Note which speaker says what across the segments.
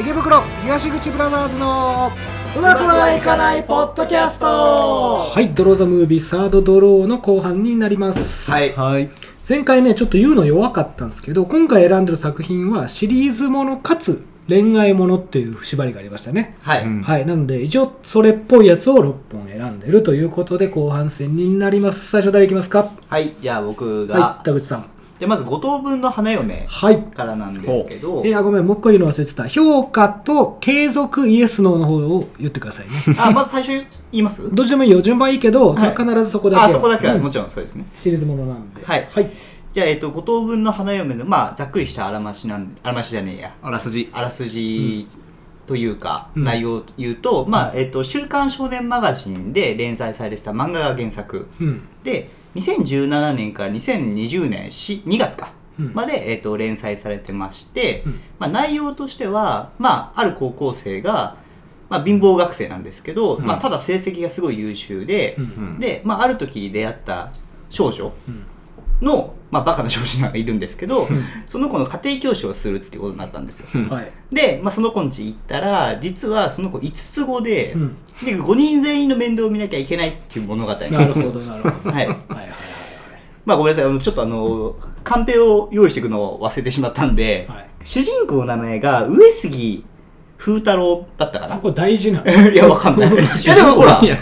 Speaker 1: 池袋東口ブラザーズの
Speaker 2: うまくはいかないポッドキャスト
Speaker 1: はいドローザムービーサードドローの後半になります、
Speaker 2: はい
Speaker 3: はい。
Speaker 1: 前回ねちょっと言うの弱かったんですけど今回選んでる作品はシリーズものかつ恋愛ものっていう縛りがありましたね、
Speaker 2: はい、
Speaker 3: うん
Speaker 1: はいなので一応それっぽいやつを6本選んでるということで後半戦になります最初誰いきますか
Speaker 2: はい、じゃあ僕が、
Speaker 1: はい田口さん
Speaker 2: じゃあまず五等分の花嫁
Speaker 1: はい
Speaker 2: からなんですけど
Speaker 1: いやごめんもう一個言うの忘れてた評価と継続イエスノーの方を言ってくださいね
Speaker 2: あまず最初言います
Speaker 1: どっちでもいいよ順番いいけど、
Speaker 2: はい
Speaker 1: それ必ずそこだけ
Speaker 2: あそこだけは
Speaker 1: うん
Speaker 2: もちろんそうですね
Speaker 1: シリーズものなんで
Speaker 2: はい
Speaker 1: はい、
Speaker 2: じゃあ、えっと、五等分の花嫁のまあざっくりしたあらましなんあらましじゃねえや
Speaker 3: あらすじ。
Speaker 2: あらすじというか、
Speaker 1: うん
Speaker 2: 内容を言うと、まあ、えっと、週刊少年マガジンで連載されてた漫画が原作
Speaker 1: うん
Speaker 2: で、2017年から2020年し2月か、
Speaker 1: うん
Speaker 2: まで、えっと、連載されてまして、
Speaker 1: うん
Speaker 2: まあ、内容としては、まあ、ある高校生が、まあ、貧乏学生なんですけど、
Speaker 1: うん
Speaker 2: まあ、ただ成績がすごい優秀で、
Speaker 1: うん
Speaker 3: うん
Speaker 2: で、まあ、ある時出会った少女
Speaker 1: うん
Speaker 2: の、まあ、バカな少女がいるんですけど、
Speaker 1: ん
Speaker 2: その子の家庭教師をするっていうことになったんですよ。
Speaker 3: うん
Speaker 1: はい
Speaker 2: で、まあ、その子ん家行ったら実はその子5つ子で,、
Speaker 1: うん
Speaker 2: で5人全員の面倒を見なきゃいけないっていう物語
Speaker 1: なるほどな るほど
Speaker 2: は
Speaker 1: はい
Speaker 2: い
Speaker 1: はい
Speaker 2: まあごめんなさいあのちょっとあのカンペを用意していくのを忘れてしまったんで、
Speaker 1: はい
Speaker 2: 主人公の名前が上杉風太郎だったか
Speaker 1: そ
Speaker 2: な
Speaker 1: こ大事なの
Speaker 2: いやわかんないい やでもほら
Speaker 3: いや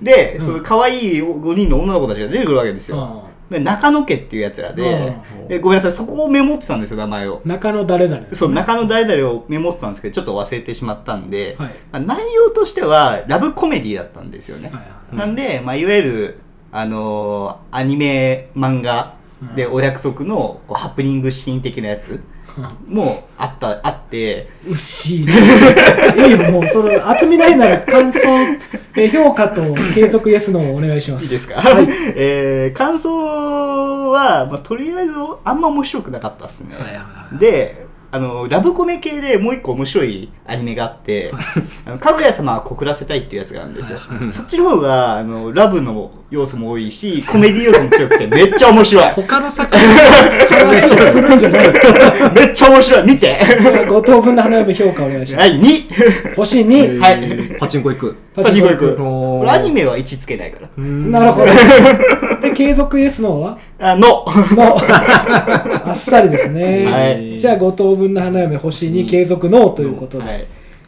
Speaker 2: で、その可愛い5人の女の子たちが出てくるわけですよ、
Speaker 1: あ
Speaker 2: で中野家っていうやつらで,、
Speaker 3: うん
Speaker 2: でごめんなさいそこをメモってたんですよ名前を
Speaker 1: あ中野誰々
Speaker 2: そう中野誰々をメモってたんですけどちょっと忘れてしまったんで、
Speaker 1: はい
Speaker 2: まあ内容としてはラブコメディだったんですよね、
Speaker 1: はいはい
Speaker 2: なんで、まあ、いわゆる、あのーアニメ漫画でお約束のこうハプニングシーン的なやつもあったあって
Speaker 1: 牛 いいよもうそれ集めないなら感想え評価と継続イエスノーをお 願いします
Speaker 2: いいですか、
Speaker 1: はい
Speaker 2: えー感想は、まあ、とりあえずあんま面白くなかったですね、
Speaker 1: はいはいはい
Speaker 2: であのラブコメ系でもう一個面白いアニメがあって「あのかぐや様は告らせたい」っていうやつがあるんですよ、
Speaker 1: はい
Speaker 3: はい
Speaker 2: そっちの方があのラブの要素も多いしコメディ要素も強くてめっちゃ面白い
Speaker 1: 他の作品の話をするんじゃない
Speaker 2: めっちゃ面白い見て
Speaker 1: 5等分の花嫁評価お願いしま
Speaker 2: はい2
Speaker 1: す星2
Speaker 2: はい
Speaker 3: い。パチンコ行く。
Speaker 2: パチンコ行く
Speaker 3: おー
Speaker 2: これアニメは位置つけないから
Speaker 1: なるほどで継続イエスノーは
Speaker 2: あの
Speaker 1: もうあっさりですね、
Speaker 2: はい
Speaker 1: じゃあ5等分の花嫁星2継続ノーということで、
Speaker 2: はい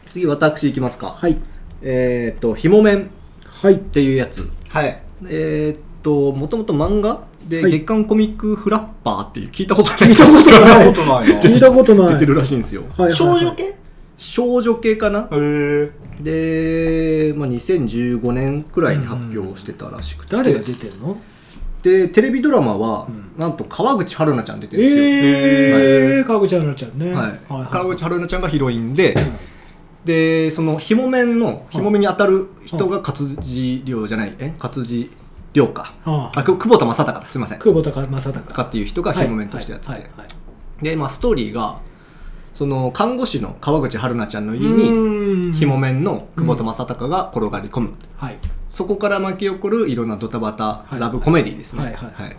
Speaker 3: 次、私行きますか。
Speaker 1: はい
Speaker 3: えーっと、ひもめんっ
Speaker 1: はい
Speaker 3: ていうやつ。
Speaker 2: はい
Speaker 3: えーっと、もともと漫画で、
Speaker 1: はい
Speaker 3: 月刊コミックフラッパーっていう聞いたことない
Speaker 1: 聞いたことない
Speaker 2: そんなことないな
Speaker 1: 聞いたことない
Speaker 3: 出てるらしいんですよ。
Speaker 1: はいはいはい
Speaker 2: 少女系へ
Speaker 3: 少女系かな
Speaker 2: え
Speaker 3: で、まあ、2015年くらいに発表してたらしくて。
Speaker 1: 誰が出てるの
Speaker 3: で、テレビドラマは、なんと川口春奈ちゃん出てるんですよ。
Speaker 1: えー、川口春奈ちゃんね、
Speaker 3: はい川
Speaker 1: ち
Speaker 3: 口春奈ちゃんがヒロインで、でそのひもめんのひもめに当たる人が勝地涼じゃないえ勝地涼か、
Speaker 1: はあ
Speaker 3: あく久保田正孝だすいません
Speaker 1: 久保田正孝
Speaker 3: かっていう人がひもめんとしてやってて、
Speaker 1: はいはいはい
Speaker 3: で、まあ、ストーリーがその看護師の川口春奈ちゃんの家に
Speaker 1: に
Speaker 3: ひもめんの久保田正孝が転がり込む、
Speaker 1: はい
Speaker 3: そこから巻き起こるいろんなドタバタ
Speaker 1: い
Speaker 3: ラブコメディですね。
Speaker 1: はいはい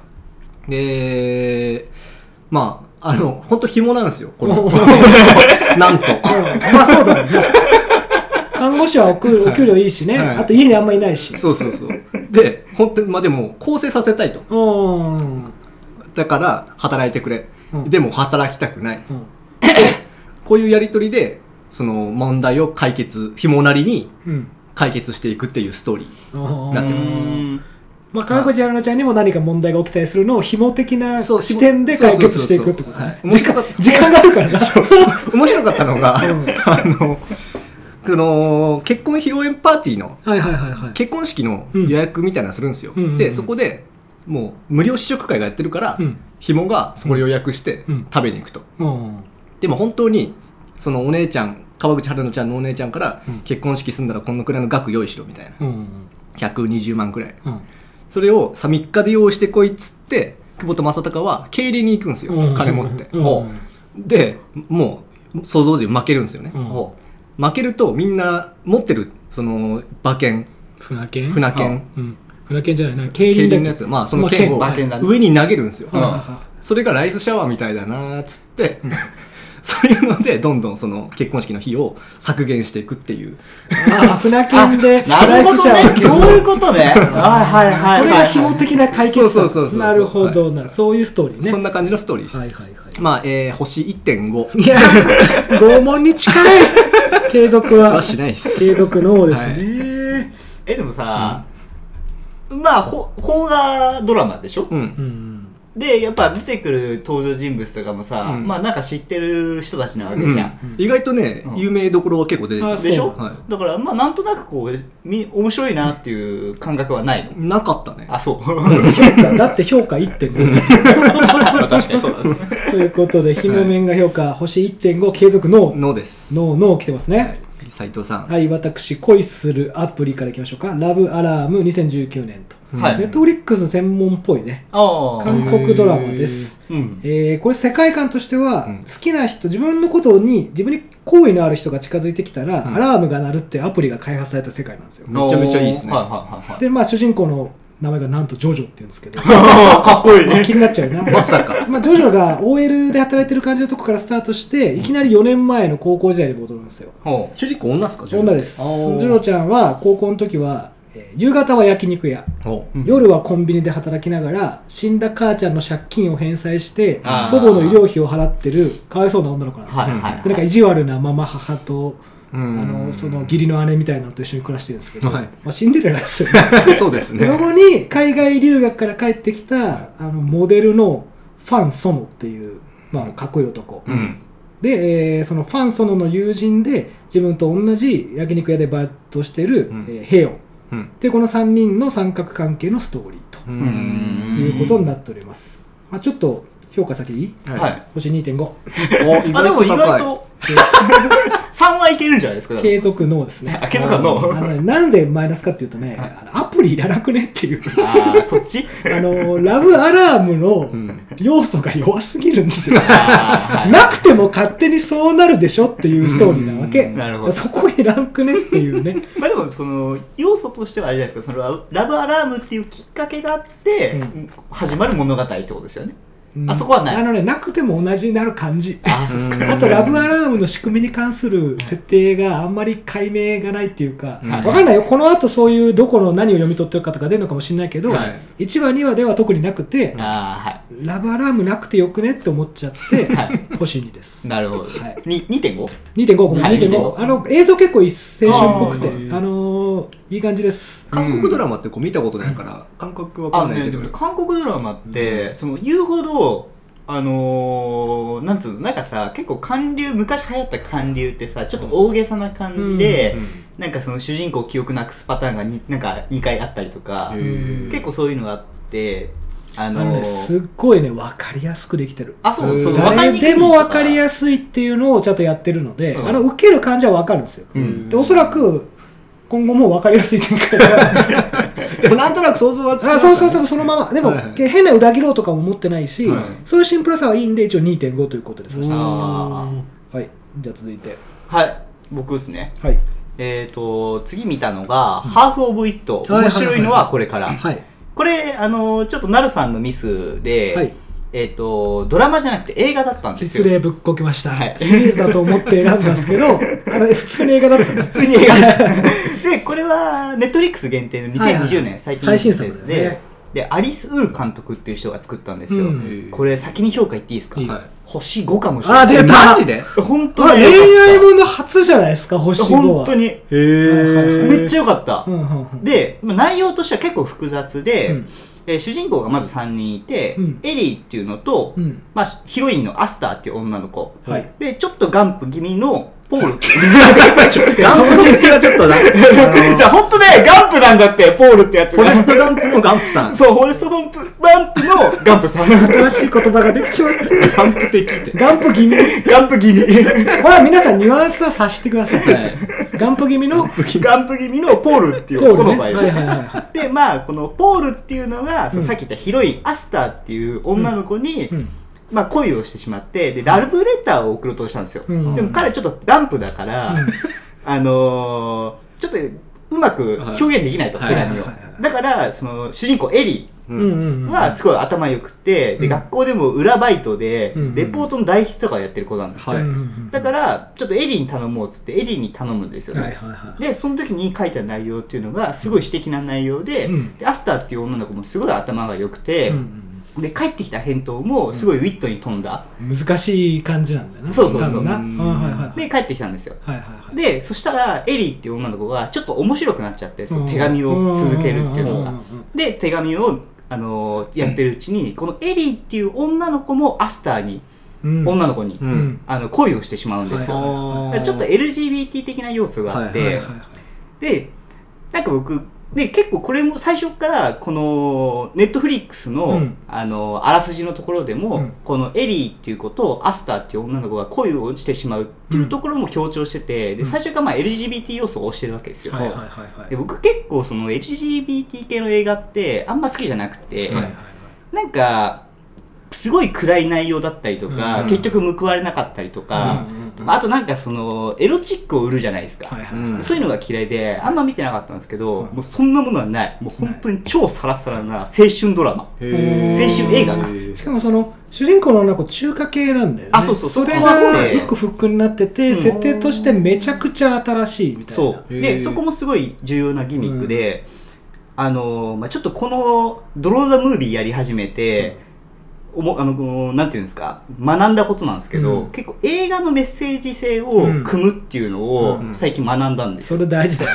Speaker 3: で、まあ、あの、本当紐なんですよ、これ。 なんと。
Speaker 1: まあそうだろうね看護師はお給お給料いいしね、
Speaker 3: はい
Speaker 1: あと家にあんまいないし
Speaker 3: そうそうそう。で、本当に、まあでも、更生させたいと。
Speaker 1: うーん、うん、
Speaker 3: だから、働いてくれ。
Speaker 1: うん
Speaker 3: でも、働きたくない。こういうやりとりで、その問題を解決、紐なりに
Speaker 1: うん
Speaker 3: 解決していくっていうストーリー。なってます
Speaker 2: う
Speaker 1: まあ、川口春奈ちゃんにも何か問題が起きたりするのを紐的な
Speaker 3: そう
Speaker 1: 視点で
Speaker 3: 紐
Speaker 1: 解決していくってことね。
Speaker 3: そうそうそうそうはい
Speaker 1: 時間時間があるからな。
Speaker 3: 面白かったのが、
Speaker 1: うん
Speaker 3: あの、この、結婚披露宴パーティーの
Speaker 1: はいはいはいはい。
Speaker 3: 結婚式の予約みたいなのするんですよ、
Speaker 1: うんうんうんうん
Speaker 3: でそこでもう無料試食会がやってるから、
Speaker 1: うん
Speaker 3: 紐がそこで予約して
Speaker 1: うん
Speaker 3: 食べに行くと、
Speaker 1: うん。
Speaker 3: でも本当にそのお姉ちゃん川口春奈ちゃんのお姉ちゃんから、
Speaker 1: ん
Speaker 3: 結婚式済んだらこのくらいの額用意しろみたいな
Speaker 1: うん。
Speaker 3: 120万くらい
Speaker 1: うん。
Speaker 3: それをさ3日で用意してこいっつって久保田正孝は経理に行くんですよ、
Speaker 1: うん
Speaker 3: 金持って、
Speaker 1: うん
Speaker 3: ほうでもう想像で負けるんですよね、
Speaker 1: うん
Speaker 2: ほう
Speaker 3: 負けるとみんな持ってるその馬券
Speaker 1: 船券
Speaker 3: 船券
Speaker 1: うん。ラケンじゃないな競
Speaker 3: 競
Speaker 1: 輪だっけ
Speaker 3: 輪のやつまあその剣を
Speaker 2: まあ剣だね
Speaker 3: 上に投げるんですよ、
Speaker 2: うん
Speaker 1: はいはいはい
Speaker 3: それがライスシャワーみたいだなーっつって、 そういうのでどんどんその結婚式の費用を削減していくっていう
Speaker 1: あ船券 で
Speaker 2: なるほどね
Speaker 1: スライスシャワー
Speaker 2: そういうことねはいはいはいはい
Speaker 1: それが紐的な解決
Speaker 3: そうそうそうそう
Speaker 1: なるほどなそういうストーリーね
Speaker 3: そんな感じのストーリーです。
Speaker 1: はいはいはい
Speaker 3: まあ、えー星1.5
Speaker 1: いや、拷問に近い継続は
Speaker 3: は。しないっす
Speaker 1: 継続のですね。
Speaker 2: えでもさ、まあほ邦画ドラマでしょ、
Speaker 3: うん。
Speaker 1: うん。
Speaker 2: でやっぱ出てくる登場人物とかもさ、
Speaker 3: うん
Speaker 2: まあなんか知ってる人たちなわ
Speaker 3: う
Speaker 2: け
Speaker 3: ん
Speaker 2: じゃん、
Speaker 3: 意外とね、
Speaker 2: うん
Speaker 3: 有名どころは結構出て
Speaker 1: あ
Speaker 3: た
Speaker 1: そう
Speaker 2: でしょ、
Speaker 3: は
Speaker 2: だからまあなんとなくこうみ面白いなっていう感覚はないの、
Speaker 3: なかったね
Speaker 2: あそう
Speaker 1: 評価、だって評価1.5。
Speaker 2: まあ 確かにそうなんですね
Speaker 1: ということで、ひも面が評価、星1.5、継続の、
Speaker 3: のです
Speaker 1: の、の、来てます
Speaker 3: は
Speaker 1: ね。
Speaker 3: い斉藤さん、
Speaker 1: はい、私、恋するアプリからいきましょうか。ラブアラーム2019年と。
Speaker 3: うん
Speaker 2: はい
Speaker 1: ネットフリックスの専門っぽいね。
Speaker 2: ああ
Speaker 1: 韓国ドラマです。
Speaker 2: うん
Speaker 1: えーこれ世界観としては、
Speaker 3: うん
Speaker 1: 好きな人自分のことに自分に好意のある人が近づいてきたら、
Speaker 3: うん
Speaker 1: アラームが鳴るっていうアプリが開発された世界なんですよ、
Speaker 3: めちゃめちゃいいですね
Speaker 2: はいはいはい
Speaker 1: でまあ主人公の名前がなんとジョジョっていうんですけど
Speaker 2: はい かっこいい
Speaker 1: まあ気になっちゃうな
Speaker 3: まさか
Speaker 1: まあジョジョが OL で働いてる感じのとこからスタートしていきなり4年前の高校時代に戻るんですよ
Speaker 2: ほ
Speaker 3: 主人公女ですか
Speaker 1: 女ですジ
Speaker 3: あ
Speaker 1: ョ
Speaker 3: ー
Speaker 1: ジョちゃんは高校の時は、えー夕方は焼肉屋
Speaker 3: お
Speaker 2: うん
Speaker 1: 夜はコンビニで働きながら死んだ母ちゃんの借金を返済して
Speaker 2: あー
Speaker 1: 祖母の医療費を払ってるかわいそうな女の子なん
Speaker 2: う
Speaker 1: ですよ、
Speaker 2: はいはい
Speaker 1: でなんか意地悪なママ母と、
Speaker 3: う
Speaker 1: あ
Speaker 3: ん
Speaker 1: のその義理の姉みたいなのと一緒に暮らしてるんですけど、
Speaker 3: はい
Speaker 1: まあ、シンデレラなんですよね
Speaker 3: そうですね
Speaker 1: そこに海外留学から帰ってきたあのモデルのファン・ソノっていう、まあ、かっこいい男、
Speaker 3: うん
Speaker 1: で、えーそのファン・ソノの友人で自分と同じ焼肉屋でバイトしてる、
Speaker 3: うん
Speaker 1: えーヘヨン
Speaker 3: うん
Speaker 1: でこの3人の三角関係のストーリーと
Speaker 3: う
Speaker 2: うん
Speaker 1: いうことになっております、まあ、ちょっと評価先でいい
Speaker 2: はい
Speaker 1: 星2.5
Speaker 3: お意
Speaker 2: あでも
Speaker 3: 外
Speaker 2: 意
Speaker 3: と
Speaker 2: 外
Speaker 3: 高い
Speaker 2: と3はいけるんじゃないですか
Speaker 1: 継続ノーですね。
Speaker 2: あ継続はノー
Speaker 1: あのねなんでマイナスかっていうとね、あのアプリいらなくねっていう。
Speaker 2: ああそっ ち
Speaker 1: あの、ラブアラーム
Speaker 3: う
Speaker 1: の
Speaker 3: ん
Speaker 1: 要素が弱すぎるんですよ。
Speaker 2: あーはい
Speaker 1: なくても勝手にそうなるでしょっていうストーリーなわけ。
Speaker 3: うん
Speaker 2: なるほど
Speaker 1: そこいらんくねっていうね。
Speaker 2: まあでもその要素としてはあれじゃないですかそのラブアラームっていうきっかけがあって、
Speaker 1: う
Speaker 2: 始まる物語ってことですよね
Speaker 1: うん
Speaker 2: あそこはない
Speaker 1: あのね、なくても同じになる感じ。
Speaker 2: ああそうです
Speaker 1: あと、ラブアラームの仕組みに関する設定があんまり解明がないっていうか、
Speaker 3: うん
Speaker 1: わかんないよ。この後そういうどこの何を読み取ってるかとか出るのかもしれないけど、
Speaker 3: はい
Speaker 1: 1話、2話では特になくて、
Speaker 2: あ
Speaker 1: ラブアラームなくてよくねって思っちゃって、
Speaker 2: あはいは
Speaker 1: 星2です。
Speaker 2: いなるほど、
Speaker 1: はい
Speaker 2: に2.5
Speaker 1: 2.5ごめん、
Speaker 2: はい
Speaker 1: 2.5。
Speaker 2: 2.5
Speaker 1: あの、映像結構一青春っぽくて、
Speaker 2: あ
Speaker 1: あのー、いい感じです。
Speaker 3: 韓国ドラマってこう見たことないから感覚わか
Speaker 2: あ
Speaker 3: んない
Speaker 2: ね
Speaker 3: け
Speaker 2: で
Speaker 3: ど
Speaker 2: も韓国ドラマって、その言うほどあのー、なんつうのなんかさ結構韓流昔流行った韓流ってさちょっと大げさな感じで、
Speaker 3: うん
Speaker 2: なんかその主人公を記憶なくすパターンがになんか2回あったりとか、
Speaker 3: へー
Speaker 2: 結構そういうのがあってあ
Speaker 1: あ
Speaker 2: のー
Speaker 1: のね、すっごいね、わかりやすくできてる。
Speaker 2: あそうそうわかり
Speaker 1: 誰
Speaker 2: にくい
Speaker 1: で
Speaker 2: とか
Speaker 1: もわかりやすいっていうのをちゃんとやってるので、
Speaker 2: うん
Speaker 1: あの、受ける感じはわかるんですよ。
Speaker 2: うん
Speaker 1: で、おそらく、今後もわかりやすい展開 が
Speaker 3: でもなんとなく想像はつきま
Speaker 1: あ
Speaker 3: したね
Speaker 1: そうそう、多分そのまま。でも、
Speaker 3: はいはい
Speaker 1: 変な裏切ろうとかも持ってないし、
Speaker 2: はい
Speaker 1: そういうシンプルさはいいんで、一応2.5ということでさせてもらって
Speaker 2: あ
Speaker 1: ます。はい。じゃあ続いて。
Speaker 2: はい僕ですね
Speaker 1: はい。
Speaker 2: えっ、と次見たのが「ハーフ・オブ・イット」
Speaker 1: はい
Speaker 2: 面白いのはこれから、
Speaker 1: はい。
Speaker 2: これあのちょっとなるさんのミスで、
Speaker 1: はい
Speaker 2: えっ、とドラマじゃなくて映画だったんです
Speaker 1: 失
Speaker 2: よ
Speaker 1: 礼ぶっこきました、
Speaker 2: はい
Speaker 1: シリーズだと思って選んだんですけどあれ普通に映画だったんです
Speaker 2: 普通に映画 で でこれはネットリックス限定の
Speaker 1: はいはい
Speaker 2: 2020
Speaker 1: は
Speaker 2: 年
Speaker 1: い
Speaker 2: 最近の
Speaker 1: 最
Speaker 2: やつ
Speaker 1: 新作だ
Speaker 2: で、
Speaker 1: よね
Speaker 2: でアリス・ウー監督っていう人が作ったんですよ、
Speaker 1: うん
Speaker 2: これ先に評価言っていいですか
Speaker 1: いいよ
Speaker 2: はい星5かもしれない
Speaker 1: あ出
Speaker 3: え
Speaker 1: た
Speaker 3: マジで
Speaker 2: 本当
Speaker 1: まあ
Speaker 2: に良かった
Speaker 1: 恋愛もの初じゃないですか星5は
Speaker 2: 本当に
Speaker 3: へー
Speaker 2: めっちゃ良かった、
Speaker 1: うんうんうん
Speaker 2: でまあ内容としては結構複雑で、
Speaker 1: うん
Speaker 2: えー主人公がまず3人いて、
Speaker 1: うん
Speaker 2: エリーっていうのと、
Speaker 1: うん
Speaker 2: まあ、ヒロインのアスターっていう女の子、
Speaker 1: はい
Speaker 2: でちょっとガンプ気味のポー ルって
Speaker 3: ガンプの気がちょっとなあの
Speaker 2: じゃあ本当ねガンプなんだってポールってやつ
Speaker 3: フォ
Speaker 2: が
Speaker 3: レストガンプのガンプさ ん
Speaker 2: そうフォレストガンプガンプのガンプさん
Speaker 1: 新しい言葉ができちまって
Speaker 3: ガンプ的って
Speaker 1: ガンプ気味こ
Speaker 2: ガンプ気味
Speaker 1: れは皆さんニュアンスは察してください、ガンプ気味のポ
Speaker 2: ガンプ気味のポールっていう
Speaker 1: ール
Speaker 2: 男の
Speaker 1: ね
Speaker 2: 子
Speaker 1: は
Speaker 2: が
Speaker 1: い
Speaker 2: い
Speaker 1: はい
Speaker 2: る
Speaker 1: はいは
Speaker 2: でまあこのポールっていうのが、そのさっき言ったヒロインアスターっていう女の子に、
Speaker 1: い、うん
Speaker 2: まあ、恋をしてしまってでラブレターを送ろうとしたんですよ、
Speaker 1: うん
Speaker 2: でも彼ちょっとダンプだから、あのーちょっとうまく表現できないと、
Speaker 3: はい
Speaker 2: 手紙を、
Speaker 1: はいはいはい
Speaker 2: だからその主人公エリ
Speaker 1: うんうんうん
Speaker 2: はすごい頭良くて、
Speaker 1: う
Speaker 2: で
Speaker 1: ん
Speaker 2: 学校でも裏バイトで、
Speaker 1: うん
Speaker 2: レポートの代筆とかをやってる子なんですよ、
Speaker 3: はい
Speaker 1: うんうんうん
Speaker 2: だからちょっとエリーに頼もうっつってエリーに頼むんですよね、
Speaker 1: はいはいはい
Speaker 2: でその時に書いた内容っていうのがすごい詩的な内容で,、
Speaker 1: うん
Speaker 2: でアスターっていう女の子もすごい頭が良くて、
Speaker 1: うん
Speaker 2: で帰ってきた返答もすごいウィットに飛んだ、
Speaker 1: うん難しい感じなんだよね
Speaker 2: そうそうそう
Speaker 1: 多分な
Speaker 3: うん
Speaker 1: うんはいはい
Speaker 2: で帰ってきたんですよ
Speaker 1: はいはいはい
Speaker 2: でそしたらエリーっていう女の子がちょっと面白くなっちゃってその手紙を続けるっていうの
Speaker 1: んん
Speaker 2: が
Speaker 1: んうんうん
Speaker 2: で手紙を、あのーやってるうちに、このエリーっていう女の子もアスターに、
Speaker 1: うん
Speaker 2: 女の子に、
Speaker 3: うん
Speaker 1: うん
Speaker 2: あの恋をしてしまうんですよ、
Speaker 1: はい
Speaker 2: だからちょっと LGBT 的な要素があって、
Speaker 3: はい
Speaker 1: はいはいはい
Speaker 2: でなんか僕で結構これも最初からこのネットフリックスの,、
Speaker 1: うん
Speaker 2: あのあらすじのところでも、
Speaker 1: うん
Speaker 2: このエリーっていう子とアスターっていう女の子が恋をしてしまうっていうところも強調してて、で最初からまあ LGBT 要素を推してるわけですよ、
Speaker 1: はいはいはいはい
Speaker 2: で僕結構その LGBT 系の映画ってあんま好きじゃなくて、
Speaker 1: はいはいはい
Speaker 2: なんかすごい暗い内容だったりとか、
Speaker 1: うん
Speaker 2: 結局報われなかったりとか、あとなんかそのエロチックを売るじゃないですか、
Speaker 1: はいはいはい
Speaker 3: うん
Speaker 2: そういうのが嫌いであんま見てなかったんですけど、
Speaker 1: うん
Speaker 2: もうそんなものはないもう本当に超サラサラな青春ドラマ
Speaker 3: へー
Speaker 1: 青春
Speaker 2: 映画か
Speaker 3: へー
Speaker 1: しかもその主人公の女の子中華系なんだよね
Speaker 2: あそうそうそう
Speaker 1: れ
Speaker 2: そう
Speaker 1: が
Speaker 2: ね
Speaker 1: 一個フックになってて、
Speaker 2: うん
Speaker 1: 設定としてめちゃくちゃ新しいみたいな
Speaker 2: そう
Speaker 3: へ
Speaker 2: で
Speaker 3: ー
Speaker 2: そこもすごい重要なギミックで、あのまあ、ちょっとこの「ドロー・ザ・ムービー」やり始めて、おもあのこのなんていうんですか学んだことなんですけど、
Speaker 1: うん
Speaker 2: 結構映画のメッセージ性を
Speaker 1: うん
Speaker 2: 組むっていうのを
Speaker 3: うん
Speaker 2: 最近学んだんです
Speaker 1: そ
Speaker 2: よ、
Speaker 1: れ大事だよ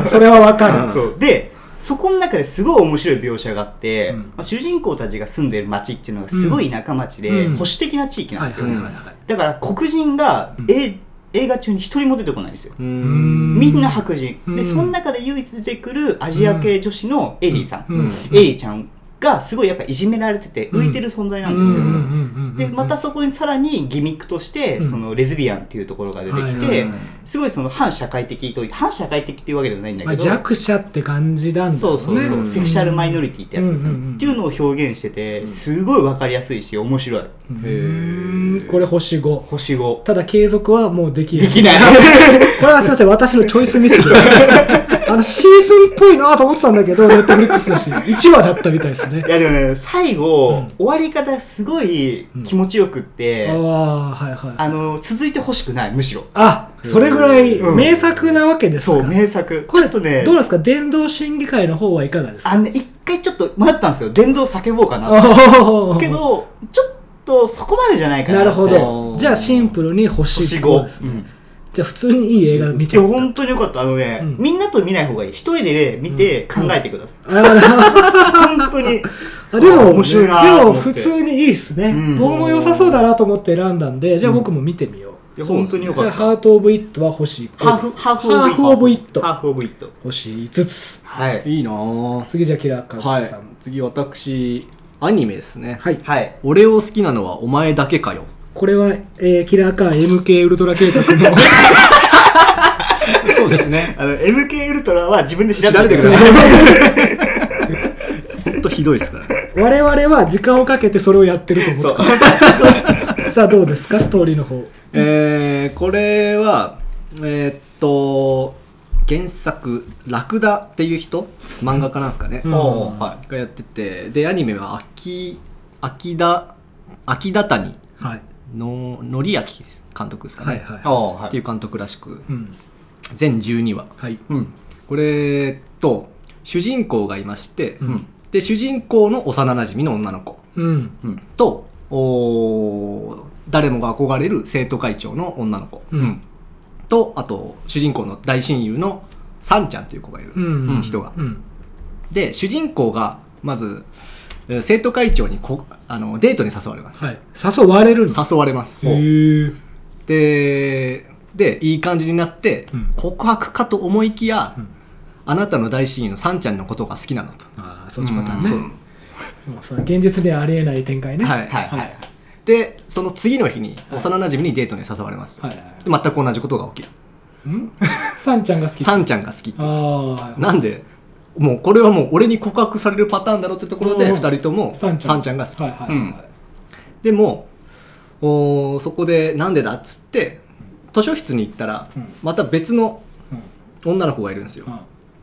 Speaker 1: うんそれはわかる、
Speaker 3: うん
Speaker 2: そうでそこの中ですごい面白い描写があって、
Speaker 1: うん
Speaker 2: まあ、主人公たちが住んでる町っていうのがすごい田舎町で、
Speaker 1: うん
Speaker 2: 保守的な地域なんですよ、
Speaker 3: はいはい
Speaker 2: だから黒人が、
Speaker 1: うん
Speaker 2: え映画中に一人も出てこないんですよ
Speaker 3: う
Speaker 1: うん
Speaker 3: ん
Speaker 2: みんな白人、
Speaker 1: うん
Speaker 2: でその中で唯一出てくるアジア系女子のエリーさん、
Speaker 1: うんうん
Speaker 2: エリーちゃんがすごいやっぱいじめられてて浮いてる存在なんですよ、
Speaker 1: うんうんうんうん
Speaker 2: でまたそこにさらにギミックとして
Speaker 1: うん
Speaker 2: そのレズビアンっていうところが出てき
Speaker 1: はいはい
Speaker 2: て、
Speaker 1: はい
Speaker 2: すごいその反社会的と反社会的っていうわけではないんだ
Speaker 1: まあ、
Speaker 2: けど、
Speaker 1: 弱者って感じなんだ
Speaker 2: そうそうそう、
Speaker 3: うん
Speaker 2: セクシャルマイノリティってやつですよね、
Speaker 1: うんうんうん
Speaker 2: っていうのを表現しててすごい分かりやすいし面白
Speaker 1: う
Speaker 2: い
Speaker 1: ん
Speaker 3: へー
Speaker 1: これ星5
Speaker 2: 星5
Speaker 1: ただ継続はもうでき
Speaker 2: で
Speaker 1: ない
Speaker 2: きない
Speaker 1: これはすいません私のチョイスミスですあのシーズンっぽいなと思ってたんだけどネットフリックスだし1話だったみたいですね
Speaker 2: いやでもね最
Speaker 1: う
Speaker 2: 後
Speaker 1: ん、
Speaker 2: 終わり方すごい気持ちよくって、
Speaker 1: ああはいはい
Speaker 2: あの続いてほしくないむしろ
Speaker 1: あそれぐらい
Speaker 2: うん
Speaker 1: 名作なわけですか、
Speaker 2: そう名作
Speaker 1: こ
Speaker 2: ちょ
Speaker 1: れ
Speaker 2: っとね
Speaker 1: どうなんですか電動審議会の方はいかがですか
Speaker 2: あのね一回ちょっと迷ったんですよ電動叫ぼうかな
Speaker 1: あ
Speaker 2: けどちょっとそこまでじゃないかな
Speaker 1: なるほ
Speaker 2: って
Speaker 1: どじゃあシンプルに星
Speaker 2: 星
Speaker 1: 5です
Speaker 2: 5、
Speaker 1: ね、
Speaker 2: うん
Speaker 1: じゃあ普通にいい映画見
Speaker 2: い
Speaker 1: ちゃ
Speaker 2: や
Speaker 1: った
Speaker 2: 本当によかったあのね、
Speaker 1: うん
Speaker 2: みんなと見ない方がいい一人で見て考えてください、本当に
Speaker 1: あでも、
Speaker 2: 面白いな
Speaker 1: で
Speaker 2: と
Speaker 1: も
Speaker 2: 思って
Speaker 1: 普通にいいですね、
Speaker 2: うん
Speaker 1: 僕も良さそうだなと思って選んだんでじゃあ僕も見てみよう、
Speaker 2: いや本当によ
Speaker 1: じゃ
Speaker 2: か
Speaker 1: あ
Speaker 2: った
Speaker 1: ハート・オブ・イットは星5
Speaker 2: ハーフハーフ
Speaker 1: ハーフオブ・イット
Speaker 2: ハーフオブイット
Speaker 1: 星5つ
Speaker 2: はい
Speaker 3: いいなぁ
Speaker 1: 次じゃあキラーカ
Speaker 3: は
Speaker 1: ズさん
Speaker 3: い次私アニメですね
Speaker 1: はい、
Speaker 2: はい
Speaker 3: 俺を好きなのはお前だけかよ
Speaker 1: これは、えーキラーカー MK ウルトラ計画の
Speaker 3: そうです ね
Speaker 2: あの MK ウルトラは自分で調
Speaker 3: 調
Speaker 2: べ
Speaker 3: べ
Speaker 2: て
Speaker 3: て
Speaker 2: くだ
Speaker 3: く
Speaker 2: さ
Speaker 3: ださ
Speaker 2: い
Speaker 3: い本当ひどいですからね
Speaker 1: 我々は時間をかけてそれをやってると思ってます さあどうですかストーリーの方
Speaker 3: えーこれはえーっと原作「ラクダ」っていう人漫画家なんですかね、
Speaker 1: うん
Speaker 2: おーは
Speaker 3: がやっててでアニメは秋秋田秋田谷
Speaker 1: はい
Speaker 3: ののりあき監督ですかね、
Speaker 1: はいはい
Speaker 2: ああは
Speaker 3: っていう監督らしく
Speaker 1: うん
Speaker 3: 全12話
Speaker 1: はい
Speaker 2: うん
Speaker 3: これと主人公がいまして、
Speaker 2: うん
Speaker 3: で主人公の幼なじみの女の子
Speaker 1: うん
Speaker 2: うん
Speaker 3: とおー誰もが憧れる生徒会長の女の子
Speaker 1: うん
Speaker 3: とあと主人公の大親友のサンちゃんという子がいるんですよ、
Speaker 1: うん
Speaker 3: 人が。
Speaker 1: うん
Speaker 3: で主人公がまずえー生徒会長にこあのデートに誘われます、
Speaker 1: はい誘われるの
Speaker 3: 誘われます
Speaker 1: へえ
Speaker 3: ででいい感じになって、
Speaker 1: うん
Speaker 3: 告白かと思いきや、
Speaker 1: うん
Speaker 3: あなたの大親友のサンちゃんのことが好きなのと、
Speaker 1: ああそっちパターン
Speaker 2: ん
Speaker 1: ねもうその現実ではありえない展開ね
Speaker 3: はいい
Speaker 2: はいはい
Speaker 3: でその次の日に
Speaker 1: はい
Speaker 3: 幼なじみにデートに誘われますと、
Speaker 1: はい
Speaker 3: で全く同じことが起きる
Speaker 1: んサンちゃんが好き
Speaker 3: サンちゃんが好きって
Speaker 1: ああはい
Speaker 3: なんでもうこれはもう俺に告白されるパターンだろうってところ
Speaker 1: う
Speaker 3: で
Speaker 1: ん
Speaker 3: 2人とも
Speaker 1: サ
Speaker 3: サ
Speaker 1: ン
Speaker 3: ン
Speaker 1: ち
Speaker 3: ち
Speaker 1: ゃん
Speaker 3: ゃんが好き、
Speaker 1: はいはいはい、
Speaker 2: うん
Speaker 3: でもおーそこでなんでだっつって図書室に行ったら
Speaker 1: うん
Speaker 3: また別の
Speaker 1: うん
Speaker 3: 女の子がいるんですよ、
Speaker 1: うん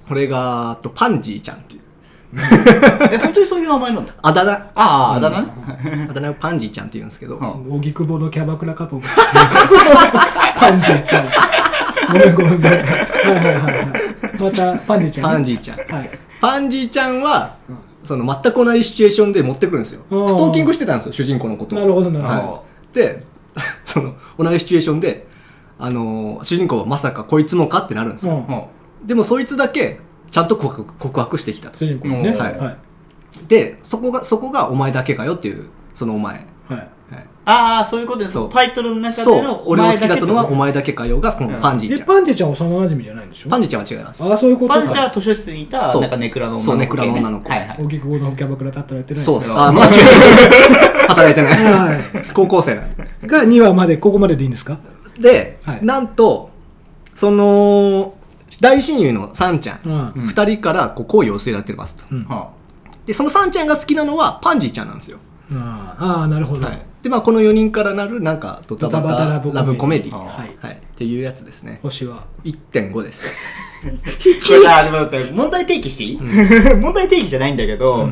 Speaker 3: これがあとパンジーちゃんっていう
Speaker 2: え本当にそういう名前なんだ
Speaker 3: あだ名
Speaker 2: あああ
Speaker 3: うん
Speaker 2: だ名ね
Speaker 3: あだ名をパンジーちゃんって言うんですけど、
Speaker 2: うん
Speaker 1: 荻窪のキャバクラかと思ってパンジーちゃんごめんごめんごめんはいはいはいはいまたパンジーちゃんね、
Speaker 3: パンジーちゃん
Speaker 1: はい
Speaker 3: パンジーちゃんは、その全く同じシチュエーションで持ってくるんですよス
Speaker 1: うん
Speaker 3: トーキングしてたんですよ主人公のことを
Speaker 1: なるほどなるほど
Speaker 3: はい、で その同じシチュエーションで、あのー主人公はまさかこいつもかってなるんですよ、
Speaker 1: うん
Speaker 2: も
Speaker 3: でもそいつだけちゃんと告白告白してきたと
Speaker 1: 主人公ね
Speaker 2: うん
Speaker 1: は
Speaker 3: はいい
Speaker 1: はい
Speaker 3: でそこがそこがお前だけかよっていうそのお前、
Speaker 1: はい
Speaker 3: はい、
Speaker 2: うああそういうことです
Speaker 3: そう
Speaker 2: タイトルの中
Speaker 3: そ
Speaker 2: で
Speaker 3: う
Speaker 2: の
Speaker 3: 俺を好きだったのは
Speaker 2: お
Speaker 3: お前だけかよがこのパンジー
Speaker 1: え
Speaker 3: ちゃん、
Speaker 1: パンジーちゃんは幼馴染じゃないんでしょ
Speaker 3: パンジーちゃんは違います
Speaker 1: ああそういうこと
Speaker 2: 前だけとパン
Speaker 1: か
Speaker 2: ジャー図書室にいた
Speaker 3: そう
Speaker 2: なんかネクラの
Speaker 3: そうネクラの
Speaker 2: ね
Speaker 3: 女の子
Speaker 2: はいはい
Speaker 1: 荻窪のキャバクラだったらやってない
Speaker 3: そ
Speaker 1: で
Speaker 3: うですすあ間違えた 働いてない
Speaker 1: は
Speaker 3: 高校生なんで
Speaker 1: いが2話までここまででいいんですか
Speaker 3: で、
Speaker 1: はい
Speaker 3: なんとその大親友のサンちゃん、
Speaker 1: うん
Speaker 2: ん
Speaker 3: 二人からこう好意を据えられてますと、
Speaker 1: うんあ
Speaker 2: は
Speaker 3: でそのサンちゃんが好きなのはパンジーちゃんなんですよ、
Speaker 1: あーなるほど
Speaker 3: はいでまあこの4人からなるなんかドタバ
Speaker 1: ドタバタ
Speaker 3: タ
Speaker 1: ラ
Speaker 3: ラ
Speaker 1: ブコメ
Speaker 3: ブ
Speaker 1: ディ
Speaker 3: コメディ
Speaker 2: あ
Speaker 1: はい
Speaker 3: はい、っていうやつですね
Speaker 1: 星は
Speaker 3: 1.5です
Speaker 2: これさ、でも待って問題提起していい、 問題提起じゃないんだけど、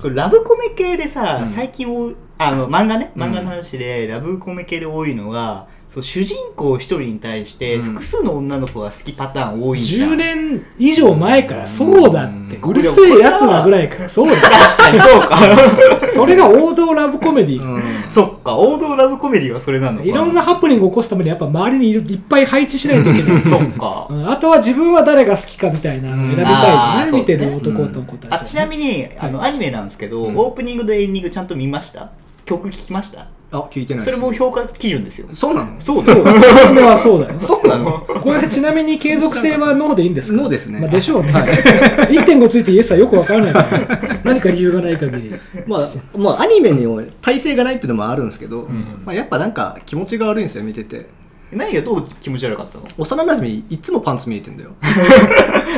Speaker 2: これラブコメ系でさ、最近多いあの漫画ね漫画の話で、ラブコメ系で多いのがそう主人公一人に対して
Speaker 3: うん
Speaker 2: 複数の女の子が好きパターン多いじゃん、
Speaker 1: 10年以上前からそうだって
Speaker 3: う
Speaker 1: うるせえやつらぐらいからそうだ
Speaker 2: 確かにそうか
Speaker 1: それが王道ラブコメディ
Speaker 3: うん
Speaker 2: そっか王道ラブコメディはそれなのか
Speaker 1: いろんなハプニングを起こすためにやっぱ周りにいるいっぱい配置しないといけない。
Speaker 2: そっか
Speaker 1: うんあとは自分は誰が好きかみたいなのを選びたいじゃない、
Speaker 2: うんあー
Speaker 1: 見てる
Speaker 2: そう
Speaker 3: ですね
Speaker 1: 男と子た
Speaker 2: あ
Speaker 1: ち、
Speaker 2: ちなみにあの、アニメなんですけど、
Speaker 3: ん
Speaker 2: オープニングとエンディングちゃんと見ました曲聞きました
Speaker 3: あ聞いてない
Speaker 2: そ
Speaker 3: です
Speaker 2: れも評価基準ですよ
Speaker 3: そうなの
Speaker 2: そう
Speaker 1: そう、初めはそう だよ。
Speaker 3: そうなの
Speaker 1: これちなみに継続性はノーでいいんですか
Speaker 3: ノーですね
Speaker 1: まあ、でしょうね。1.5つい てイエスはよくわからないから、何か理由がない限り。
Speaker 3: まあ、まあ、アニメにも耐性がないっていうのもあるんですけど、まあ、やっぱなんか気持ちが悪いんですよ見てて
Speaker 2: 何がどう気持ち悪かったの
Speaker 3: 幼なじみいつもパンツ見えてんだよ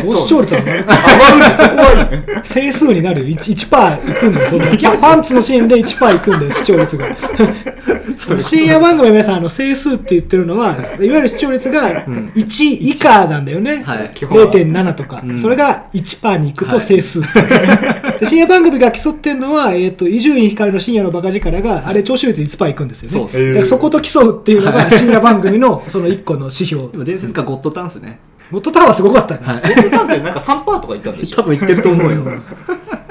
Speaker 1: 高視聴率はね整数になるよ。1%, 1%いくんだよ。そんなパンツのシーンで1%いくんだよ、視聴率が。深夜番組の皆さん、あの、整数って言ってるのは、いわゆる視聴率が1以下なんだよね。
Speaker 3: はい
Speaker 2: 基本は
Speaker 1: 0.7とか、
Speaker 3: うん
Speaker 1: それが1%に行くと整数。で深夜番組が競ってるのは、えっ、と、伊集院光の深夜のバカ力が、あれ、聴取率1%いくんですよね。
Speaker 3: そうです
Speaker 1: だからそこと競うっていうのが、深夜番組のその1個の指標
Speaker 3: で。も伝説かゴッドタンスね
Speaker 1: ゴッドタワーはすごかったね。
Speaker 3: はい
Speaker 2: なんでなんか3パーとか言ったんでしょ
Speaker 3: 多分言ってると思うよ、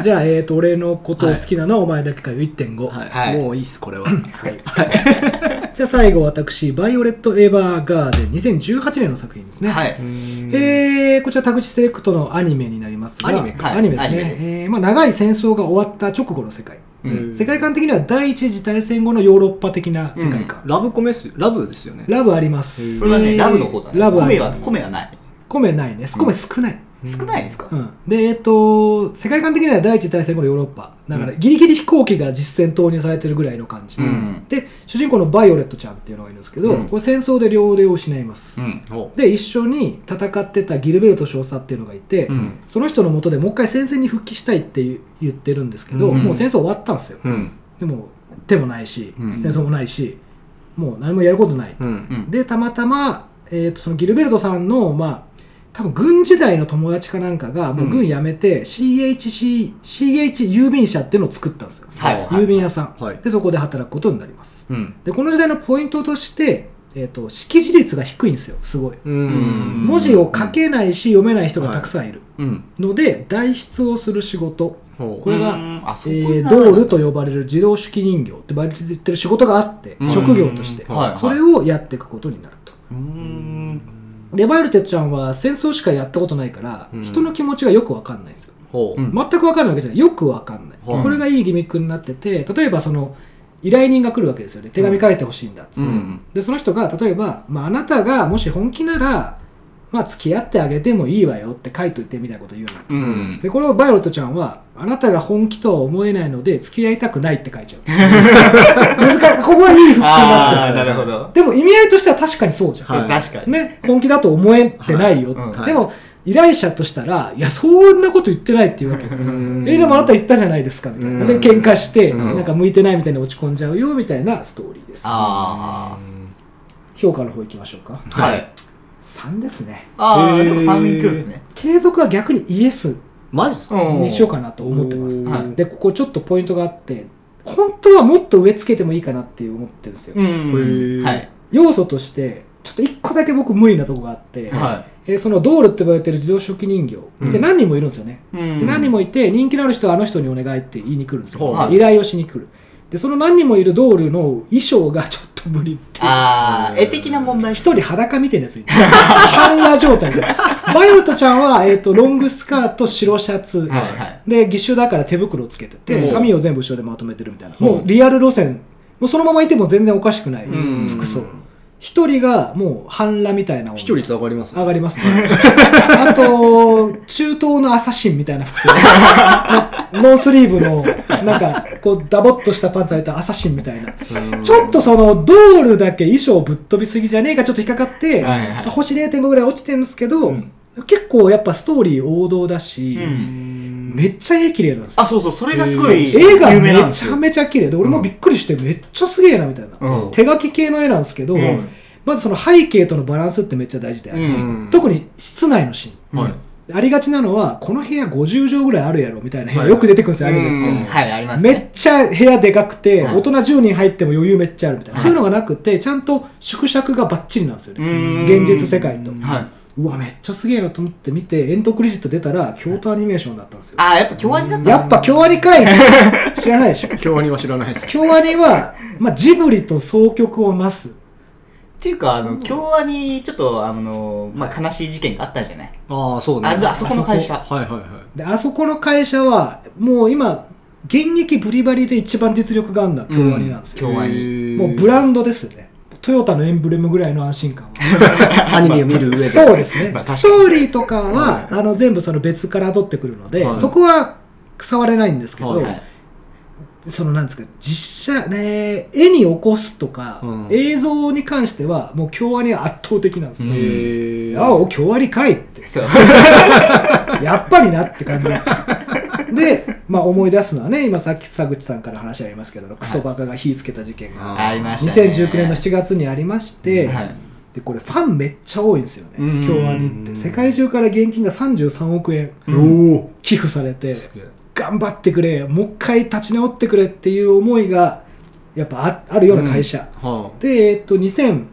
Speaker 1: じゃあ、えっ、と、俺のことを好きなのはお前だけかよ、1.5。
Speaker 3: はい
Speaker 2: はい
Speaker 3: もういいっすこれは
Speaker 1: じゃあ最後私、バイオレット・エヴァーガーデン2018年の作品ですね。
Speaker 2: はい。
Speaker 1: えー、こちら、田口セレクトのアニメになりますが、
Speaker 3: アニメ
Speaker 2: はい
Speaker 1: アニメです
Speaker 2: アニメ
Speaker 1: ね。
Speaker 2: です
Speaker 1: えーまあ、長い戦争が終わった直後の世界。
Speaker 2: うん
Speaker 1: 世界観的には第一次大戦後のヨーロッパ的な世界観。
Speaker 3: ラブコメっすよラブですよね
Speaker 1: ラブあります。
Speaker 2: それは
Speaker 1: え
Speaker 2: ね、
Speaker 1: ー
Speaker 2: ラブの方だね。
Speaker 1: ラブあり
Speaker 2: 米
Speaker 1: ま
Speaker 2: は、
Speaker 1: す。
Speaker 2: 米はない。
Speaker 1: 米ないね。米少ない。
Speaker 2: 少ないですか
Speaker 1: うん、で、えっ、と、世界観的には第一次大戦後のヨーロッパ。だから、ギリギリ飛行機が実戦投入されてるぐらいの感じ。
Speaker 2: うん
Speaker 1: で、主人公のバイオレットちゃんっていうのがいるんですけど、
Speaker 2: うん
Speaker 1: これ戦争で両腕を失います。
Speaker 2: ん。
Speaker 3: お
Speaker 1: で、一緒に戦ってたギルベルト少佐っていうのがいて、
Speaker 2: うん
Speaker 1: その人のもとでもう一回戦線に復帰したいって言言ってるんですけど、
Speaker 3: うん
Speaker 1: もう戦争終わったんですよ。
Speaker 3: うん
Speaker 1: でも、手もないし、
Speaker 3: うん
Speaker 1: 戦争もないし、もう何もやることない。
Speaker 3: うん
Speaker 2: ん。
Speaker 1: でたまたま、えー、とそのギルベルトさんのまあ多分軍時代の友達かなんかがもう軍辞めて、CHC CH 郵便社っていうのを作ったんですよ、
Speaker 2: はい
Speaker 1: 郵便屋さん、
Speaker 3: はい
Speaker 1: でそこで働くことになります
Speaker 2: うん。
Speaker 1: でこの時代のポイントとして、えー、と識字率が低いんですよすごい
Speaker 3: うん
Speaker 1: 文字を書けないし読めない人がたくさんいる
Speaker 2: うん。
Speaker 1: ので代筆をする仕事
Speaker 3: ほ
Speaker 1: これが
Speaker 2: うんあ、そ
Speaker 1: え
Speaker 2: こ
Speaker 1: ードールと呼ばれる自動手記人形って呼ばれてる仕事があって
Speaker 2: うん
Speaker 1: 職業として
Speaker 2: うんはいはい
Speaker 1: それをやっていくことになると
Speaker 2: うーん。
Speaker 1: レバイルテちゃんは戦争しかやったことないから、
Speaker 3: うん
Speaker 1: 人の気持ちがよくわかんないんですよ。
Speaker 3: ほう
Speaker 2: うん
Speaker 1: 全くわかんないわけじゃない。よくわかんない。
Speaker 3: はい
Speaker 1: これがいいギミックになってて、例えばその、依頼人が来るわけですよね。手紙書いてほしいんだっつって、
Speaker 2: うん
Speaker 1: で、その人が、例えば、まあ、あなたがもし本気なら、まあ、付き合ってあげてもいいわよって書いといてみたいなこと言うの。
Speaker 2: うん。
Speaker 1: で、これをバイオレットちゃんは、あなたが本気とは思えないので、付き合いたくないって書いちゃう。難しい。ここはいい復帰になっ
Speaker 2: ああ、
Speaker 1: て
Speaker 2: な
Speaker 1: る。
Speaker 2: るほど。
Speaker 1: でも意味合いとしては確かにそうじゃん。
Speaker 3: はい
Speaker 2: え確か に。
Speaker 1: ね、本気だと思えてないよって、
Speaker 2: はい
Speaker 3: うん
Speaker 1: でも依頼者としたら「いやそんなこと言ってない」っていうわけ「
Speaker 3: ん
Speaker 1: えでもあなた言ったじゃないですか」みたいな
Speaker 3: うん
Speaker 1: で喧嘩して、
Speaker 3: うん
Speaker 1: なんか向いてないみたいに落ち込んじゃうよみたいなストーリーです
Speaker 2: あ
Speaker 3: うん
Speaker 1: 評価の方いきましょうか
Speaker 2: あ。はい。 3ですね
Speaker 1: あ
Speaker 2: あ
Speaker 1: ー
Speaker 2: あでも3級ですね
Speaker 1: 継続は逆にイエス
Speaker 3: マジですか
Speaker 1: にしようかなと思ってます、
Speaker 3: うん
Speaker 1: はいでここちょっとポイントがあって本当はもっと植え付けてもいいかなって思ってるんですよ、
Speaker 2: うん
Speaker 3: へー
Speaker 2: はい
Speaker 1: 要素としてちょっと1個だけ僕無理なとこがあって、
Speaker 2: は
Speaker 1: えーそのドールって呼ばれてる自動食器人形って何人もいるんですよね、
Speaker 2: い
Speaker 1: で何人もいて人気のある人はあの人にお願いって言いに来るんですよ、
Speaker 2: はい
Speaker 1: で依頼をしに来るでその何人もいるドールの衣装がちょっと無理っていう
Speaker 2: ああ絵的な問題
Speaker 1: 一人裸みたいなやついて半裸状態みたいなバイオレットちゃんは、えー、とロングスカート白シャツ、
Speaker 2: はいはい
Speaker 1: で義手だから手袋をつけて
Speaker 3: う
Speaker 1: て
Speaker 3: ん
Speaker 1: 髪を全部後ろでまとめてるみたいな
Speaker 3: うん
Speaker 1: もうリアル路線もうそのままいても全然おかしくない
Speaker 2: うん
Speaker 1: 服装一人がもう半裸みたいなのを
Speaker 3: 視聴率上がります
Speaker 1: 上がります ねあと中東のアサシンみたいな服装 ノースリーブのなんかこうダボっとしたパンツ履いたアサシンみたいな
Speaker 3: うん
Speaker 1: ちょっとそのドールだけ衣装ぶっ飛びすぎじゃねえかちょっと引っかかって、
Speaker 2: はいはい
Speaker 1: 星0.5ぐらい落ちてるんですけど、
Speaker 2: うん
Speaker 1: 結構やっぱストーリー王道だし、
Speaker 2: うん
Speaker 1: めっちゃ絵綺麗なんですよ
Speaker 2: あそうそうそれがす
Speaker 1: そ
Speaker 2: ご
Speaker 1: う
Speaker 2: い
Speaker 1: 絵が
Speaker 2: 有名なん
Speaker 1: め
Speaker 2: です
Speaker 1: ち
Speaker 2: よ
Speaker 1: ゃめちゃ綺麗で俺もびっくりしてめっちゃすげえなみたいな、
Speaker 2: うん
Speaker 1: 手書き系の絵なんですけど、
Speaker 2: うん
Speaker 1: まずその背景とのバランスってめっちゃ大事で、
Speaker 2: うん
Speaker 1: 特に室内のシーン
Speaker 2: うん
Speaker 3: はい
Speaker 1: ありがちなのはこの部屋50畳ぐらいあるやろみたいな部屋、
Speaker 3: はい
Speaker 1: よく出てくるんですよアニメって、
Speaker 2: うんはいあります
Speaker 1: めっ
Speaker 2: ね
Speaker 1: ちゃ部屋でかくて、
Speaker 2: はい
Speaker 1: 大人10人入っても余裕めっちゃあるみたいな、
Speaker 2: は
Speaker 1: そ
Speaker 2: い
Speaker 1: ういうのがなくてちゃんと縮尺がばっちりなんですよね、
Speaker 2: うん
Speaker 1: 現実世界と、
Speaker 2: はいう
Speaker 1: わめっちゃすげえなと思って見てエンドクレジット出たら京都アニメーションだったんですよ
Speaker 2: ああやっぱ共和になったんですね
Speaker 1: やっぱ京アニかい知らないで しょ
Speaker 3: 京アニは知らないです
Speaker 1: 京アニは、まあ、ジブリと双曲をなす
Speaker 2: っていうか、あの、京和にちょっと、あの、まあ、悲しい事件があったじゃない。
Speaker 3: ああそうね
Speaker 2: あのあそこの会社
Speaker 3: あそこはいはいはい
Speaker 1: であそこの会社はもう今現役ブリバリで一番実力があるのは京アニなんですよ、
Speaker 2: 京アニ
Speaker 1: もうブランドですよねトヨタのエンブレムぐらいの安心感は
Speaker 3: アニメを見る上で
Speaker 1: そうですね、
Speaker 2: まあ
Speaker 1: ストーリーとかは、あの全部その別から取ってくるので、
Speaker 3: はい
Speaker 1: そこは触れないんですけど、
Speaker 3: はい
Speaker 2: はい
Speaker 1: そのなんですか実写ね絵に起こすとか、
Speaker 3: うん
Speaker 1: 映像に関してはもう京アニは圧倒的なんですよ、
Speaker 2: うん
Speaker 3: へえ
Speaker 1: あお京アニかいって
Speaker 2: そう。
Speaker 1: やっぱりなって感じで、まあ、思い出すのはね今さっき佐口さんから話ありますけどクソバカが火つけた事件が
Speaker 3: はい
Speaker 2: ありましたね。
Speaker 1: 2019年の7月にありまして、
Speaker 2: はい。
Speaker 1: でこれファンめっちゃ多いんですよね
Speaker 2: うん
Speaker 1: 京アニって世界中から現金が33億円
Speaker 3: おお
Speaker 1: 寄付されて
Speaker 3: すげえ
Speaker 1: 頑張ってくれもう一回立ち直ってくれっていう思いがやっぱああるような会社、
Speaker 3: は
Speaker 1: でえっと2000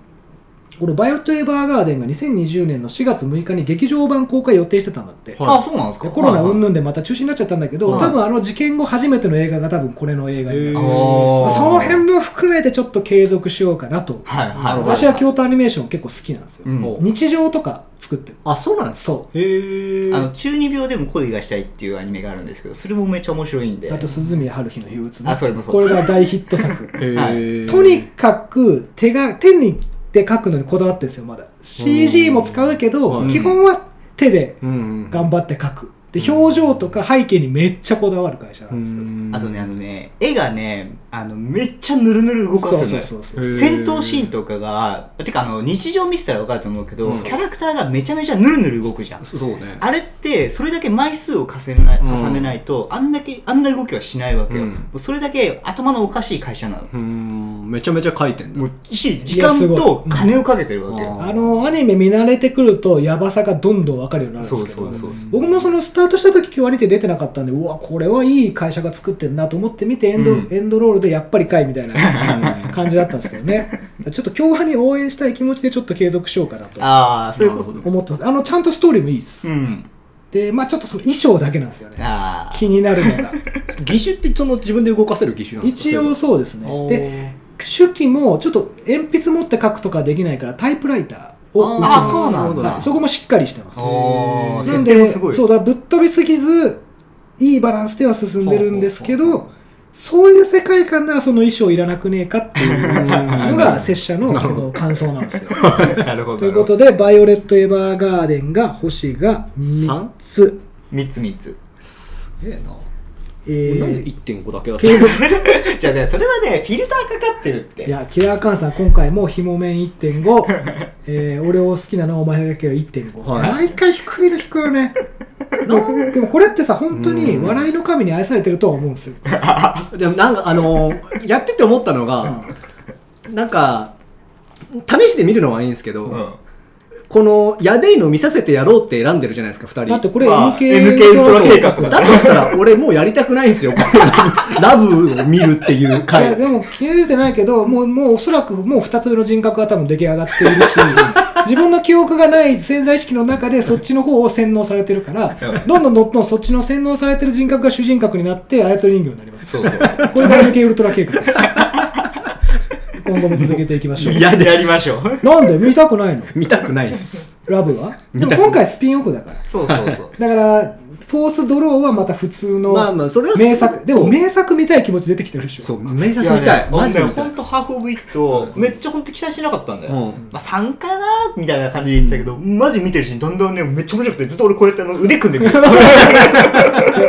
Speaker 1: この「バイオトエバーガーデン」が2020年の4月6日に劇場版公開予定してたんだって、
Speaker 3: はい
Speaker 2: あ、そうなんですか
Speaker 1: コロナ
Speaker 2: はい
Speaker 1: 云々でまた中止になっちゃったんだけど、
Speaker 2: はい
Speaker 1: 多分あの事件後初めての映画が多分これの映画になる、
Speaker 3: へ
Speaker 2: あ
Speaker 3: ー
Speaker 2: ー
Speaker 1: その辺も含めてちょっと継続しようかなと
Speaker 2: はい、はい。
Speaker 1: 私は京都アニメーション結構好きなんですよ、
Speaker 2: うん
Speaker 3: お
Speaker 1: 日常とか作ってる
Speaker 3: ああそうなんです
Speaker 1: そ
Speaker 3: へえ
Speaker 2: あの、中二病でも恋がしたいっていうアニメがあるんですけど、それもめっちゃ面白いんで。
Speaker 1: うあと鈴宮春日の憂鬱ね
Speaker 2: あそれもそう
Speaker 1: こ
Speaker 2: です
Speaker 1: れが大ヒット 作
Speaker 3: へえ
Speaker 1: とにかく手が手にで描くのにこだわってるんですよまだ CG も使うけど、
Speaker 3: うん
Speaker 1: 基本は手で
Speaker 3: うん
Speaker 1: 頑張って描くで表情とか背景にめっちゃこだわる会社な
Speaker 3: うん
Speaker 1: ですよ、
Speaker 3: ん
Speaker 2: あとね、あのね、絵がね、あの、めっちゃぬるぬる動かす
Speaker 1: そ
Speaker 2: の
Speaker 1: う
Speaker 2: よ。
Speaker 1: そうそうそう
Speaker 3: へー
Speaker 2: 戦闘シーンとかが、てかあの、日常見せたらわかると思うけど、
Speaker 3: うん
Speaker 2: キャラクターがめちゃめちゃぬるぬる動くじゃん。
Speaker 3: そうね
Speaker 2: あれってそれだけ枚数を重ねない
Speaker 3: うん
Speaker 2: 重ねないと、あんだけあんな動きはしないわけよ、
Speaker 3: うん
Speaker 2: もうそれだけ頭のおかしい会社なの、
Speaker 3: うんめちゃめちゃ書いてんだ
Speaker 2: もうし時
Speaker 1: いや
Speaker 2: 間
Speaker 1: すごい
Speaker 2: と金をかけてるわけ
Speaker 3: うん
Speaker 2: よ、
Speaker 1: あのアニメ見慣れてくるとやばさがどんどん分かるようになるん
Speaker 2: そ
Speaker 1: で
Speaker 2: う
Speaker 1: すけど
Speaker 2: そうそう
Speaker 1: 僕もそのスタートした時今日アニて出てなかったんでうわこれはいい会社が作ってんなと思って見てエンド,、
Speaker 2: うん
Speaker 1: エンドロールでやっぱりかいみたい な感じだったんですけどねちょっと今日に応援したい気持ちでちょっと継続しようかなと
Speaker 2: ああそれこそ
Speaker 3: なるほ
Speaker 1: 思ってますあのちゃんとストーリーもいいです、
Speaker 2: うん
Speaker 1: でまあちょっとその衣装だけなんですよね
Speaker 2: ああ
Speaker 1: 気になる のが
Speaker 3: 義手ってその自分で動かせる義手なんですか
Speaker 1: 一応そうですねで
Speaker 3: で
Speaker 1: 手記もちょっと鉛筆持って書くとかできないからタイプライターを打ち
Speaker 2: あー
Speaker 1: ます
Speaker 2: そうなんだ
Speaker 1: はいそこもしっかりしてます
Speaker 2: おー
Speaker 1: なん
Speaker 2: 設
Speaker 1: で
Speaker 2: 定もすごい
Speaker 1: そうだぶっ飛びすぎずいいバランスでは進んでるんですけ
Speaker 3: ほうほう
Speaker 1: どそういう世界観ならその衣装いらなくねえかっていう のが拙者のその感想なんですよ。
Speaker 2: なるほど
Speaker 1: ということで「バイオレット・エヴァーガーデン」が星が3つ。
Speaker 2: 3つ3つ
Speaker 3: すげえな
Speaker 1: え
Speaker 3: なんで
Speaker 1: ー
Speaker 3: 1.5だけだった
Speaker 1: 継続
Speaker 2: じゃあねそれはねフィルターかかってるって
Speaker 1: いやキラーカンさん今回もひもめん1.5、えー俺を好きなのはお前だけは1.5、
Speaker 3: はい
Speaker 1: 毎回低いの低いよねなんでもこれってさ本当に笑いの神に愛されてるとは思うんですよ
Speaker 3: でもなんかあのーやってて思ったのが、なんか試してみるのはいいんですけど、
Speaker 2: うん
Speaker 3: このやべえの見させてやろうって選んでるじゃないですか2人
Speaker 1: だってこれ
Speaker 2: ま
Speaker 1: MK
Speaker 2: あ MK ウルトラ計画
Speaker 3: だとしたら俺もうやりたくないんですよラブを見るっていう
Speaker 1: いや
Speaker 3: 回
Speaker 1: でも気づいてないけどもうもうおそらくもう2つ目の人格が多分出来上がっているし 自分の記憶がない潜在意識の中でそっちの方を洗脳されてるからどんどんどんどんそっちの洗脳されてる人格が主人格になって操り人形になります
Speaker 2: そうそうそう。
Speaker 1: これが MK ウルトラ計画です今後も続けていきましょう
Speaker 3: 嫌です
Speaker 2: やりましょう。
Speaker 1: なんで見たくないの
Speaker 3: 見たくないです
Speaker 1: ラブは
Speaker 3: 見た
Speaker 1: で
Speaker 3: く
Speaker 1: も今回スピンオフだから
Speaker 2: そうそうそう。
Speaker 1: だからフォースドローはまた普通の
Speaker 3: まあまあそれは
Speaker 1: 名作でも
Speaker 3: そう
Speaker 1: 名作見たい気持ち出てきてるでしょ
Speaker 3: そう名
Speaker 2: い
Speaker 3: 作
Speaker 2: や
Speaker 3: 見たい
Speaker 2: ね
Speaker 3: マジで見
Speaker 2: 俺ね
Speaker 3: た
Speaker 2: ほ
Speaker 3: い
Speaker 2: んとハーフ・オブ・イット、めっちゃほんと期待してなかったんだよ。
Speaker 3: うん
Speaker 2: まあ、3かなみたいな感じで言ってたけど、マジ見てるし、だんだんね、めっちゃ面白くて、ずっと俺こうやってあの腕組んで見る。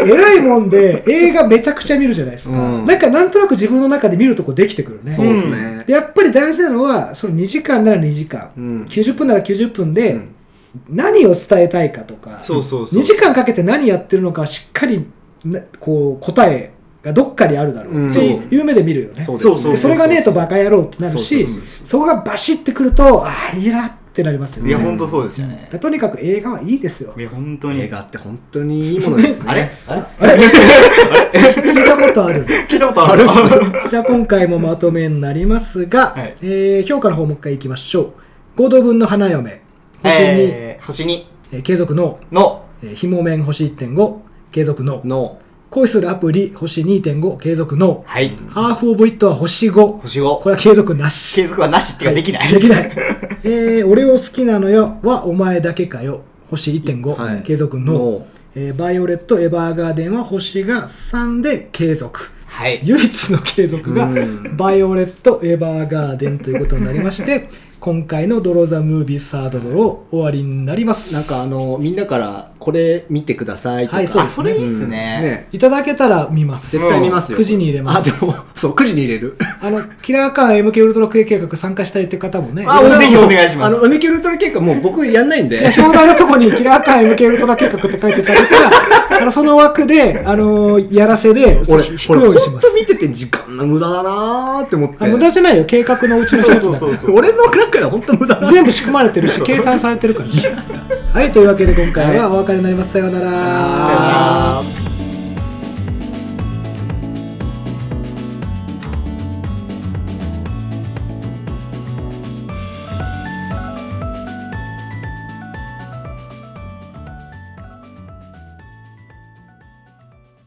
Speaker 1: えらいもんで映画めちゃくちゃ見るじゃないですか、
Speaker 3: うん
Speaker 1: なんかなんとなく自分の中で見るとこできてくるね
Speaker 3: そうですね
Speaker 1: でやっぱり大事なのはその2時間なら2時間、
Speaker 3: うん
Speaker 1: 90分なら90分で、
Speaker 3: うん
Speaker 1: 何を伝えたいかとか
Speaker 2: そうそうそう
Speaker 1: 2時間かけて何やってるのかしっかりなこう答えがどっかにあるだろ
Speaker 3: う
Speaker 1: うんっていう夢で見るよね、
Speaker 3: そう
Speaker 2: そう
Speaker 3: です
Speaker 2: そう
Speaker 1: でそれがねえとバカ野郎ってなるし
Speaker 3: そうそう
Speaker 1: そこがバシッてくるとああいいなってなりますよ
Speaker 2: い
Speaker 1: ね
Speaker 2: や、ほんとそうですよね
Speaker 1: だ。とにかく映画はいいですよ
Speaker 2: いや、ほんとに。
Speaker 3: 映画って本当にいいものですね
Speaker 2: あれ
Speaker 1: あれ聞いたことある
Speaker 2: 聞いたことある
Speaker 1: じゃあ今回もまとめになりますが、
Speaker 2: はい
Speaker 1: えー評価の方もう一回いきましょう。合同分の花嫁、星2、え
Speaker 2: えー星2
Speaker 1: ー継続の、
Speaker 2: の、
Speaker 1: えー、ひもめん星1.5、継続 の、
Speaker 3: の
Speaker 1: 恋するアプリ星2.5、継続の、
Speaker 2: はい。
Speaker 1: ハーフオブイットは星5、
Speaker 2: 星5。
Speaker 1: これは継続なし。
Speaker 2: 継続はなしっていうかできない。
Speaker 1: でき ない。えー俺を好きなのよはお前だけかよ、星1.5、
Speaker 3: はい
Speaker 1: 継続の、
Speaker 3: の
Speaker 1: えーバイオレット、エヴァーガーデンは星が3で継続。
Speaker 2: はい。
Speaker 1: 唯一の継続が
Speaker 3: うん
Speaker 1: バイオレット・エヴァーガーデンということになりまして今回の「ドローザ・ムービーサードドロー」終わりになります
Speaker 3: なんかあのみんなからこれ見てくださいとか、
Speaker 1: はいそう
Speaker 2: あ、
Speaker 1: です
Speaker 2: そ
Speaker 1: ね
Speaker 2: れいいっすね。
Speaker 1: いただけたら見ます
Speaker 3: 絶対見ますよ
Speaker 1: 9時に入れます
Speaker 3: あでも そう9時に入れる
Speaker 1: あのキラーカーン MK ウルトラクエ計画参加したいという方もね
Speaker 2: あ
Speaker 1: いろいろ
Speaker 2: ぜひお願いします
Speaker 3: あの、海キウルトラ計画もう僕やんない んで。
Speaker 1: 表題のとこにキラーカーン MK ウルトラ計画って書いてたりとかあのその枠で、あのやらせで
Speaker 3: 俺、
Speaker 1: 引く
Speaker 3: 俺、
Speaker 1: ようにし
Speaker 3: ほん
Speaker 1: ま
Speaker 3: と
Speaker 1: す
Speaker 3: 見てて時間の無駄だなーって思って。
Speaker 1: あ無駄じゃないよ計画のうちの一つだから
Speaker 2: そうそうそうそう
Speaker 3: 俺の中では本当無駄だ
Speaker 1: 全部仕組まれてるし計算されてるからねはいというわけで今回はお別れになりますさようなら
Speaker 2: さよなら